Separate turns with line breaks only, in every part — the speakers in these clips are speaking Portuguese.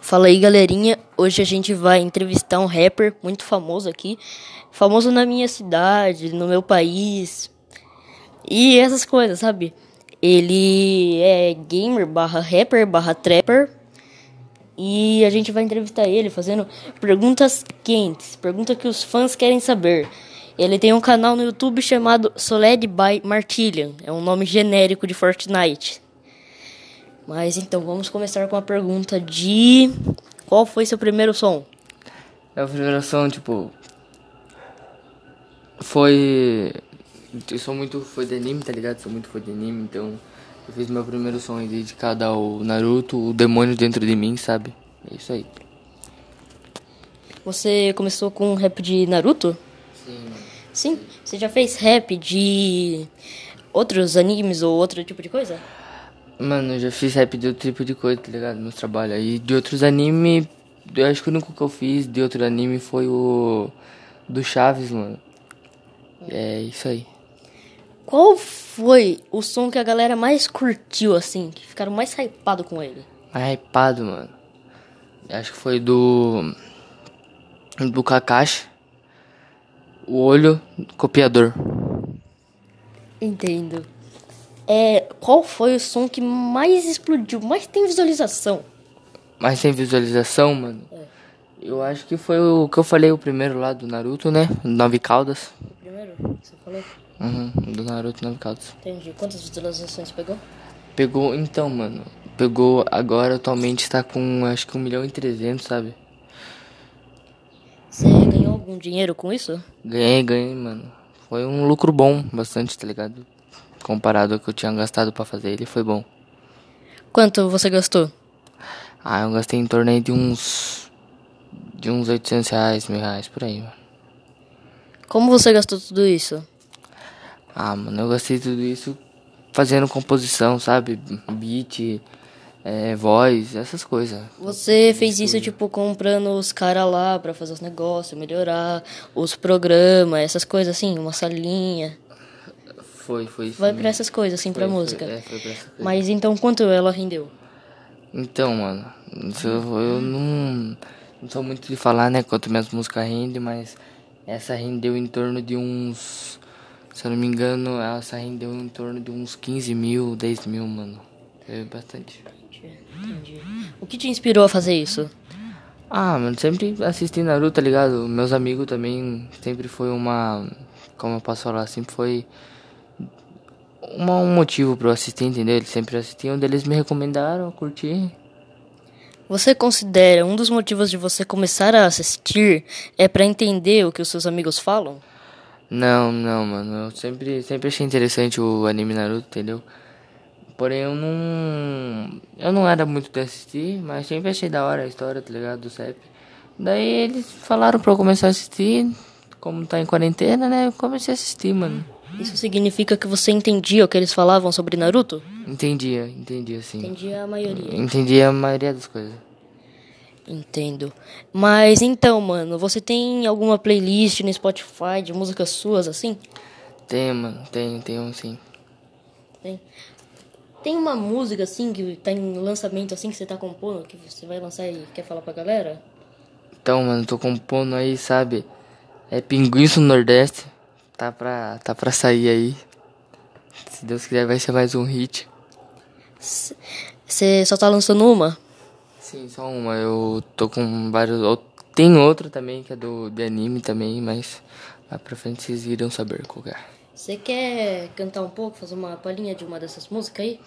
Fala aí, galerinha. Hoje a gente vai entrevistar um rapper muito famoso aqui, famoso na minha cidade, no meu país e essas coisas, sabe? Ele é gamer barra rapper barra trapper e a gente vai entrevistar ele fazendo perguntas quentes, pergunta que os fãs querem saber. Ele tem um canal no YouTube chamado Soled by Martillion, é um nome genérico de Fortnite. Mas então vamos começar com a pergunta de qual foi seu primeiro som?
É o primeiro som, tipo. Foi. Eu sou muito fã de anime, tá ligado? Sou muito fã de anime, então. Eu fiz meu primeiro som dedicado ao Naruto, o demônio dentro de mim, sabe? É isso aí.
Você começou com rap de Naruto?
Sim.
Sim. Você já fez rap de outros animes ou outro tipo de coisa?
Mano, eu já fiz rap de outro tipo de coisa, tá ligado? Meus trabalhos aí. De outros anime. Eu acho que o único que eu fiz de outro anime foi o. Do Chaves, mano. É isso aí.
Qual foi o som que a galera mais curtiu, assim? Que ficaram mais hypado com ele?
Mais Tá hypado, mano. Acho que foi do. Do Kakashi. O olho copiador.
Entendo. É, qual foi o som que mais explodiu, mais tem visualização?
Mas sem visualização, mano. Eu acho que foi o que eu falei o primeiro lá do Naruto, né? Nove caudas.
O primeiro, você falou?
Uhum, do Naruto Nove Caudas.
Entendi. Quantas visualizações pegou?
Pegou, então, mano. Pegou agora, atualmente tá com acho que 1 milhão e 300, sabe?
Você ganhou algum dinheiro com isso?
Ganhei, ganhei, mano. Foi um lucro bom, bastante, tá ligado? Comparado ao que eu tinha gastado pra fazer ele, foi bom.
Quanto você gastou?
Ah, eu gastei em torno aí de uns. de uns 800 reais, mil reais, por aí, mano.
Como você gastou tudo isso?
Ah, mano, eu gastei tudo isso fazendo composição, sabe? Beat, é, voz, essas coisas.
Você fez isso, tipo, comprando os caras lá pra fazer os negócios, melhorar os programas, essas coisas assim, uma salinha.
Foi, foi isso.
Vai
mesmo.
pra essas coisas, assim, pra
Foi, foi,
música.
é, foi pra essa coisa.
Mas então quanto ela rendeu?
Então, mano, isso eu, eu não, não sou muito de falar, né, quanto minhas músicas rendem, mas essa rendeu em torno de uns, se eu não me engano, essa rendeu em torno de uns 15 mil, 10 mil, mano. É bastante.
Entendi. O que te inspirou a fazer isso?
Ah, mano, sempre assisti Naruto, tá ligado? Meus amigos também sempre foi uma. Como eu posso falar, sempre foi. Uma, um motivo pra eu assistir, entendeu? Eles sempre assistiam, daí eles me recomendaram, eu curti.
Você considera um dos motivos de você começar a assistir é pra entender o que os seus amigos falam?
Não, não, mano. Eu sempre, sempre achei interessante o anime Naruto, entendeu? Porém, eu não. Eu não era muito de assistir, mas sempre achei da hora a história, tá ligado? Do CEP. Daí eles falaram pra eu começar a assistir. Como tá em quarentena, né? Eu comecei a assistir, mano.
Isso significa que você entendia o que eles falavam sobre Naruto?
Entendia, entendia sim.
Entendi a maioria.
assim. Entendi a maioria das coisas.
Entendo. Mas então, mano, você tem alguma playlist no Spotify de músicas suas assim?
Tem, mano, tem, tem um sim.
Tem. Tem uma música assim que tá em lançamento assim que você tá compondo, que você vai lançar e quer falar pra galera?
Então, mano, tô compondo aí, sabe? É Pinguiço no Nordeste. Tá pra, tá pra sair aí. Se Deus quiser, vai ser mais um hit.
Você só tá lançando uma?
Sim, só uma. Eu tô com vários. ou- Tem outro também que é do de anime também, mas lá pra frente vocês irão saber qual que é.
Você quer cantar um pouco, fazer uma palhinha de uma dessas músicas aí?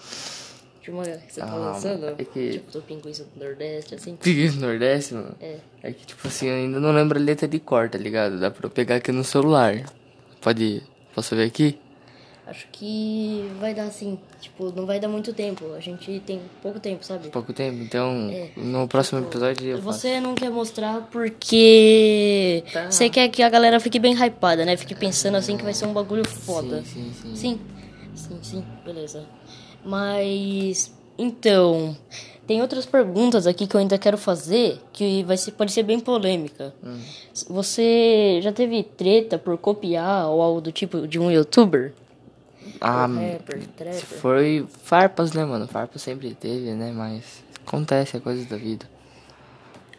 De uma que você tá
Ah,
lançando?
é que-
Tipo do Pinguim do Nordeste, assim.
Pinguiço no Nordeste, mano.
É.
É que, tipo assim, eu ainda não lembro a letra de cor, tá ligado? Dá pra eu pegar aqui no celular. Pode. Posso ver aqui?
Acho que vai dar assim, tipo, não vai dar muito tempo. A gente tem pouco tempo, sabe?
Pouco tempo, então. No próximo episódio eu faço. Tá.
Você não quer mostrar porque você quer que a galera fique bem hypada, né? Fique pensando assim que vai ser um bagulho foda.
Sim, sim, sim.
Sim, sim, sim, beleza. Mas então, tem outras perguntas aqui que eu ainda quero fazer que vai ser, pode ser bem polêmica.
Hum.
Você já teve treta por copiar ou algo do tipo de um youtuber? É,
Ah,
Rapper,
Se
trapper.
foi farpas, né, mano? Farpas sempre teve, né? Mas acontece, é coisa da vida.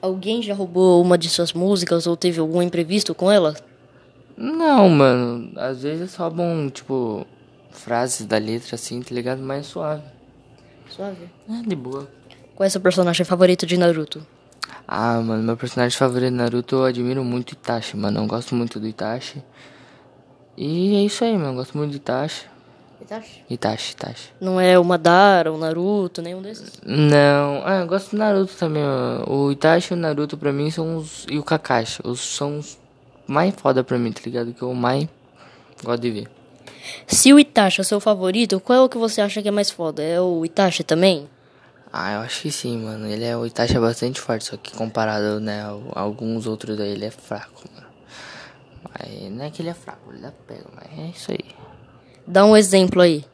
Alguém já roubou uma de suas músicas ou teve algum imprevisto com ela?
Não, mano. Às vezes roubam, tipo, frases da letra assim, tá ligado? Mais suave.
Suave.
É, de boa.
Qual é seu personagem favorito de Naruto?
Ah, mano, meu personagem favorito de Naruto eu admiro muito Itachi, mano. Eu gosto muito do Itachi. E é isso aí, mano. Eu gosto muito de Itachi.
Itachi.
Itachi, Itachi.
Não é o Madara, o Naruto, nenhum desses?
Não. Ah, eu gosto do Naruto também, ó. O Itachi e o Naruto pra mim são os. E o Kakashi. Os são os mais foda pra mim, tá ligado? Que eu mais gosto de ver.
Se o Itachi é o seu favorito, qual é o que você acha que é mais foda? É o Itachi também?
Ah, eu acho que sim, mano. Ele é, o Itachi é bastante forte, só que comparado, né, a alguns outros aí, ele é fraco, mano. Mas não é que ele é fraco, ele dá pega, mas é isso aí.
Dá um exemplo aí.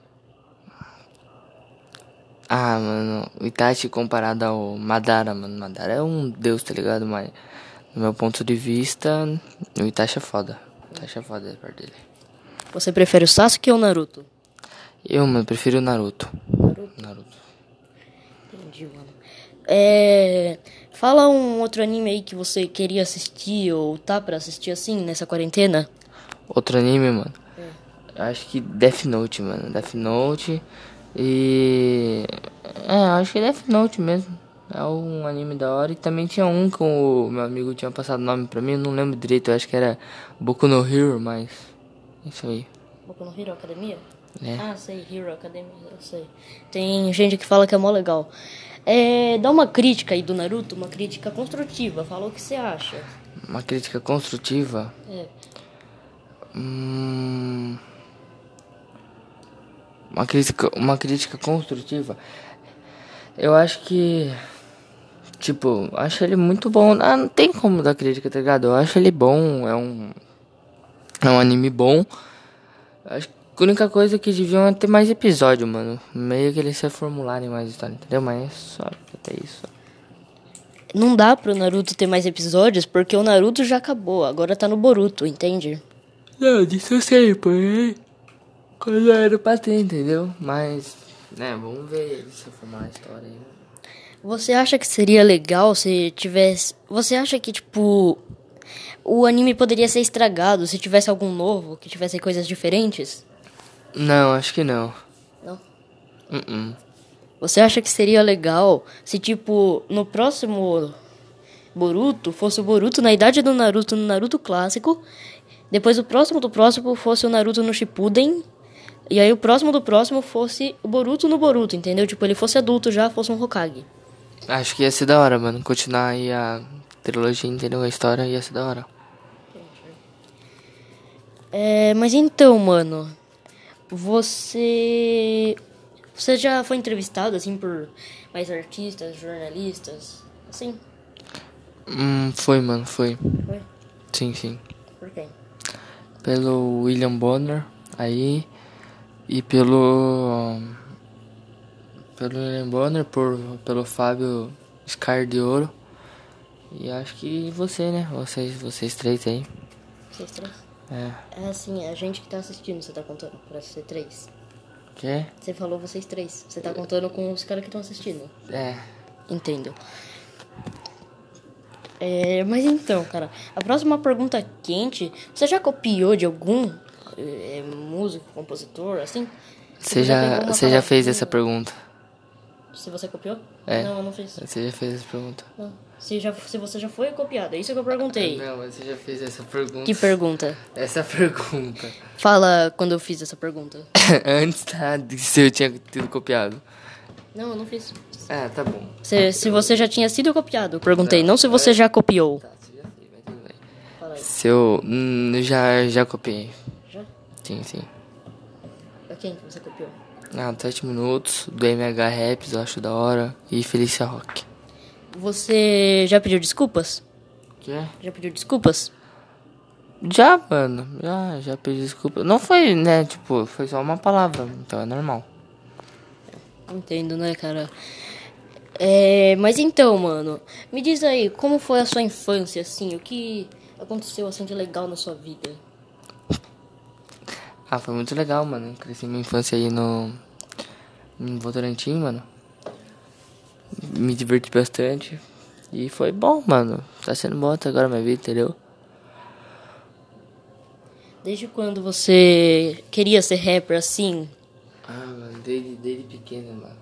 Ah, mano, o Itachi comparado ao Madara, mano. Madara é um deus, tá ligado? Mas, no meu ponto de vista, o Itachi é foda. O Itachi é foda da parte dele.
Você prefere o Sasuke ou o Naruto?
Eu, mano, prefiro o Naruto. Naruto? Naruto.
Entendi, mano. É... Fala um outro anime aí que você queria assistir ou tá pra assistir assim nessa quarentena.
Outro anime, mano. Acho que Death Note, mano. Death Note. E. É, acho que Death Note mesmo. É um anime da hora. E também tinha um que o meu amigo tinha passado o nome pra mim. Eu não lembro direito. Eu acho que era Boku no Hero, mas. é Isso aí.
Boku no Hero Academia?
É.
Ah, sei, Hero Academia, eu sei. Tem gente que fala que é mó legal. É, dá uma crítica aí do Naruto, uma crítica construtiva. Fala o que você acha.
Uma crítica construtiva.
É.
Hum, uma crítica, uma crítica construtiva. Eu acho que tipo, acho ele muito bom. Ah, não tem como dar crítica, tá ligado? Eu acho ele bom, é um é um anime bom. Acho que a única coisa é que deviam é ter mais episódio, mano. Meio que eles se formularem mais história, entendeu? Mas é só até isso.
Não dá pro Naruto ter mais episódios porque o Naruto já acabou, agora tá no Boruto, entende?
Não, disso eu sei, pô. é. Quando eu era pra ter, entendeu? Mas, né, vamos ver se formar a história aí.
Você acha que seria legal se tivesse. Você acha que, tipo. O anime poderia ser estragado se tivesse algum novo, que tivesse coisas diferentes?
Não, acho que não.
Não.
Uh-uh.
Você acha que seria legal se, tipo, no próximo Boruto fosse o Boruto na idade do Naruto, no Naruto clássico? Depois o próximo do próximo fosse o Naruto no Shippuden? E aí o próximo do próximo fosse o Boruto no Boruto, entendeu? Tipo, ele fosse adulto já, fosse um Hokage.
Acho que ia ser da hora, mano. Continuar aí a trilogia, entendeu? A história ia ser da hora.
É, mas então, mano, você. Você já foi entrevistado, assim, por mais artistas, jornalistas? Assim?
Hum, foi, mano, foi.
Foi?
Sim, sim.
Por quem?
Pelo William Bonner, aí. E pelo. Pelo William Bonner, por, pelo Fábio Scar de Ouro. E acho que você, né? Vocês, vocês três aí.
Vocês três?
É.
É assim, a gente que tá assistindo, você tá contando pra ser três.
Quê?
Você falou vocês três. Você tá contando com os caras que estão assistindo.
É.
Entendo. É, mas então, cara, a próxima pergunta quente, você já copiou de algum é, músico, compositor, assim?
Você
pegou
já,
uma
você já fez
palavrinha?
essa pergunta.
Se você copiou?
É.
Não, eu não fiz.
Você já fez essa pergunta.
Não. Se, já, se você já foi copiado, é isso que eu perguntei.
Não, mas você já fez essa pergunta.
Que pergunta?
Essa pergunta.
Fala quando eu fiz essa pergunta.
Antes tá, de se eu tinha tido copiado.
Não, eu não fiz.
Ah, tá bom.
Se, se você já tinha sido copiado, eu perguntei, não se você já copiou.
Tá, você já fez, mas tudo bem.
Fala aí.
Se eu. hum, já, já copiei.
Já?
Sim, sim.
É Quem que você copiou?
Ah, 7 minutos, do MH Raps, eu acho da hora. E Felícia Rock.
Você já pediu desculpas?
Quê?
Já pediu desculpas?
Já, mano. Já, já pedi desculpa. Não foi, né? Tipo, foi só uma palavra. Então é normal.
Entendo, né, cara? É, mas então, mano, me diz aí, como foi a sua infância, assim? O que aconteceu, assim, de legal na sua vida?
Ah, foi muito legal, mano. Eu cresci minha infância aí no. Em Votorantim, mano. Me diverti bastante. E foi bom, mano. Tá sendo bom até agora minha vida, entendeu?
Desde quando você queria ser rapper assim?
Ah, mano, desde, desde pequeno, mano.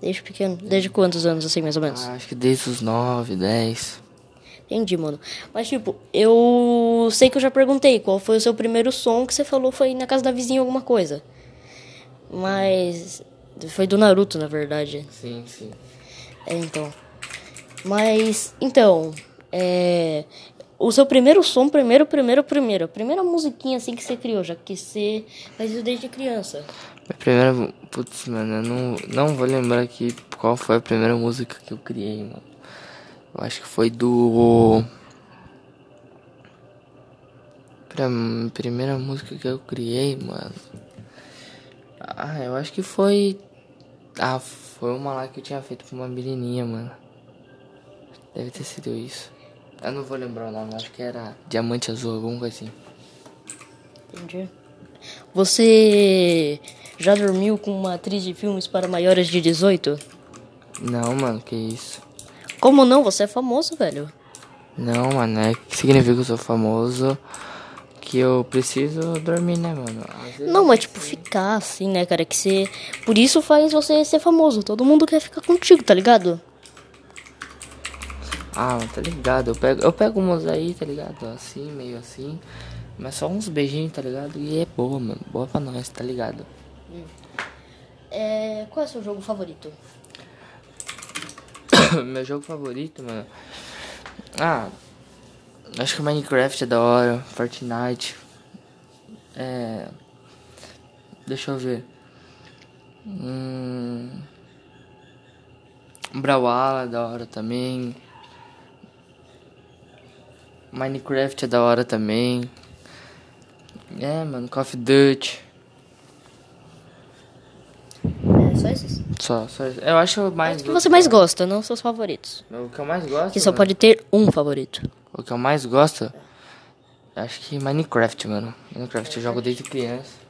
Desde pequeno? Desde quantos anos assim, mais ou menos?
Ah, acho que desde os 9, 10.
Entendi, mano. Mas, tipo, eu sei que eu já perguntei qual foi o seu primeiro som que você falou foi na casa da vizinha alguma coisa. Mas. Foi do Naruto, na verdade.
Sim, sim.
É, então. Mas, então. É. O seu primeiro som, primeiro, primeiro, primeiro. A primeira musiquinha assim que você criou, já que você faz isso desde criança.
A primeira. Putz, mano, eu não, não vou lembrar aqui qual foi a primeira música que eu criei, mano. Eu acho que foi do. Pra, primeira música que eu criei, mano. Ah, eu acho que foi. Ah, foi uma lá que eu tinha feito pra uma menininha, mano. Deve ter sido isso. Eu não vou lembrar o nome, acho que era Diamante Azul, alguma coisa assim.
Entendi. Você já dormiu com uma atriz de filmes para maiores de 18?
Não, mano, que isso.
Como não? Você é famoso, velho.
Não, mano, é que significa que eu sou famoso. Que eu preciso dormir, né, mano? Às vezes-
Não, mas tipo, ficar assim, né, cara? Que você. Por isso faz você ser famoso. Todo mundo quer ficar contigo, tá ligado?
Ah, mano, tá ligado? Eu pego, eu pego umas aí, tá ligado? Assim, meio assim. Mas só uns beijinhos, tá ligado? E é boa, mano. Boa pra nós, tá ligado?
É, qual é o seu jogo favorito?
Meu jogo favorito, mano. Ah, acho que Minecraft é da hora. Fortnite. É. Deixa eu ver. Hum. Brawala é da hora também. Minecraft é da hora também. É, mano, Call of Duty.
É só esses?
Só, só. Eu acho mais.
Os que você mais gosta, não seus favoritos.
O que eu mais gosto.
Que só
mano,
pode ter um favorito.
O que eu mais gosto, acho que Minecraft, mano. Minecraft eu jogo desde criança.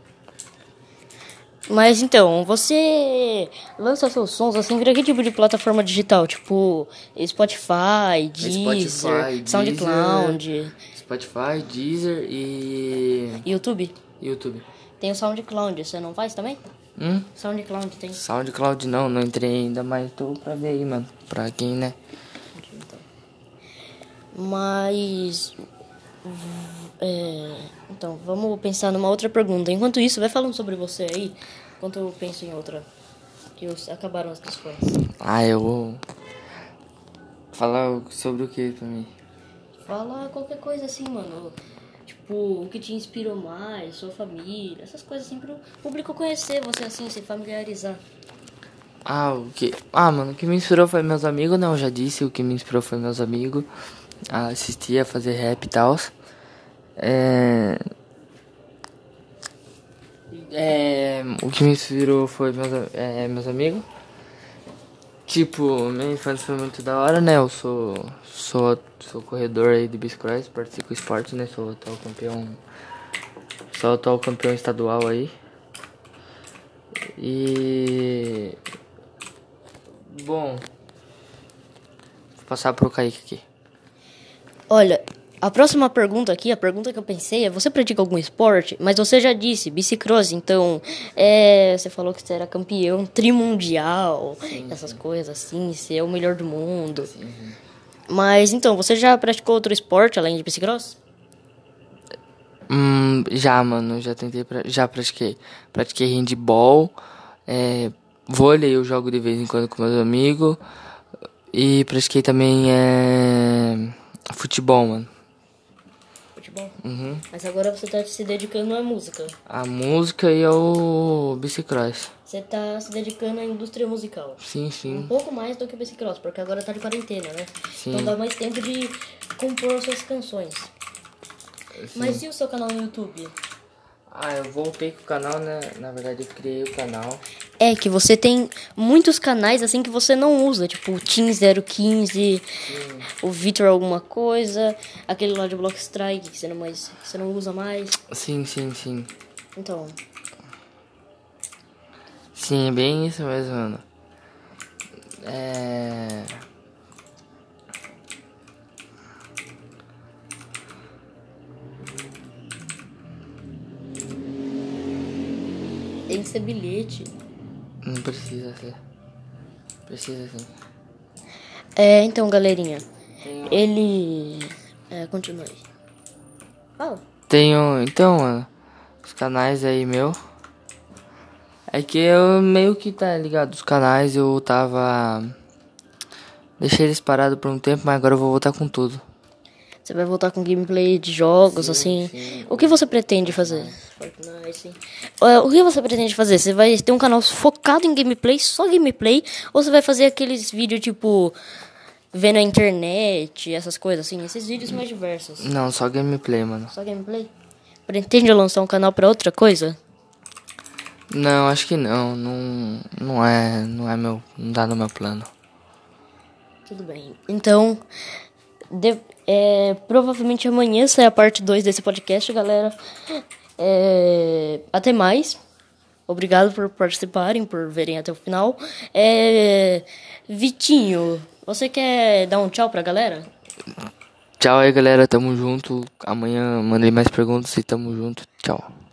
Mas então, você lança seus sons assim vira que tipo de plataforma digital? Tipo Spotify, Deezer,
Spotify,
SoundCloud,
Spotify, Deezer e
YouTube?
YouTube.
Tem o SoundCloud, você não faz também?
Hum?
SoundCloud tem.
SoundCloud não, não entrei ainda, mas tô pra ver aí, mano. Pra quem, né?
Mas. hum, é, então, vamos pensar numa outra pergunta. Enquanto isso, vai falando sobre você aí, enquanto eu penso em outra. Que os- acabaram as questões.
Ah, eu vou... Falar o- sobre o que pra mim?
Fala qualquer coisa assim, mano. Tipo, o que te inspirou mais, sua família, essas coisas assim, pro público conhecer você assim, se familiarizar.
Ah, o que... Ah, mano, o que me inspirou foi meus amigos, né? Eu já disse, o que me inspirou foi meus amigos. A assistir, a fazer rap e tal. É... É... O que me inspirou foi meus, a- é, meus amigos. Tipo, minha infância foi muito da hora, né? Eu sou, sou, sou corredor aí do Biscross, participo do esporte, né? Sou o atual campeão... Sou o atual campeão estadual aí. E... Bom. Vou passar pro Kaique aqui.
Olha, a próxima pergunta aqui, a pergunta que eu pensei é: você pratica algum esporte? Mas você já disse, bicicross, então, é, você falou que você era campeão trimundial, essas coisas assim, você é o melhor do mundo. Mas então, você já praticou outro esporte além de bicicross?
Hum, já, mano, já tentei, pra- já pratiquei. Pratiquei handball, é, vôlei eu jogo de vez em quando com meus amigos. E pratiquei também é, futebol, mano.
Futebol. Mas agora você tá se dedicando à música.
A música e o bicicross.
Você tá se dedicando à indústria musical.
Sim,
Um
sim.
pouco mais do que o bicicross, porque agora tá de quarentena, né?
Sim.
Então dá mais tempo de compor as suas canções. Mas e o seu canal no YouTube?
Ah, eu voltei com o canal, né? Na verdade, eu criei o canal.
É que você tem muitos canais assim que você não usa, tipo o Team 015, o Victor alguma coisa, aquele lá de Block Strike que você não, mais, que você não usa mais.
Sim, sim, sim.
Então,
Sim, é bem isso mesmo, mano. É.
tem que ser bilhete.
Não precisa ser. Precisa sim.
É, então, galerinha. Ele. É, continua aí. Fala.
Tenho, então, mano, os canais aí meu. É que eu meio que tá ligado os canais, eu tava. Deixei eles parados por um tempo, mas agora eu vou voltar com tudo.
Você vai voltar com gameplay de jogos, assim. O que você pretende fazer? Ah, Fortnite, sim. É, O que você pretende fazer? Você vai ter um canal focado em gameplay, só gameplay? Ou você vai fazer aqueles vídeos tipo. Vendo a internet, essas coisas assim? Esses vídeos mais diversos.
Não, só gameplay, mano.
Só gameplay? Pretende lançar um canal pra outra coisa?
Não, acho que não. Não, não é. Não é meu. Não dá no meu plano.
Tudo bem. Então, de- é, provavelmente amanhã sai a parte 2 desse podcast, galera. É, até mais. Obrigado por participarem, por verem até o final. É, Vitinho, você quer dar um tchau pra galera?
Tchau aí, galera. Tamo junto. Amanhã mandei mais perguntas e tamo junto. Tchau.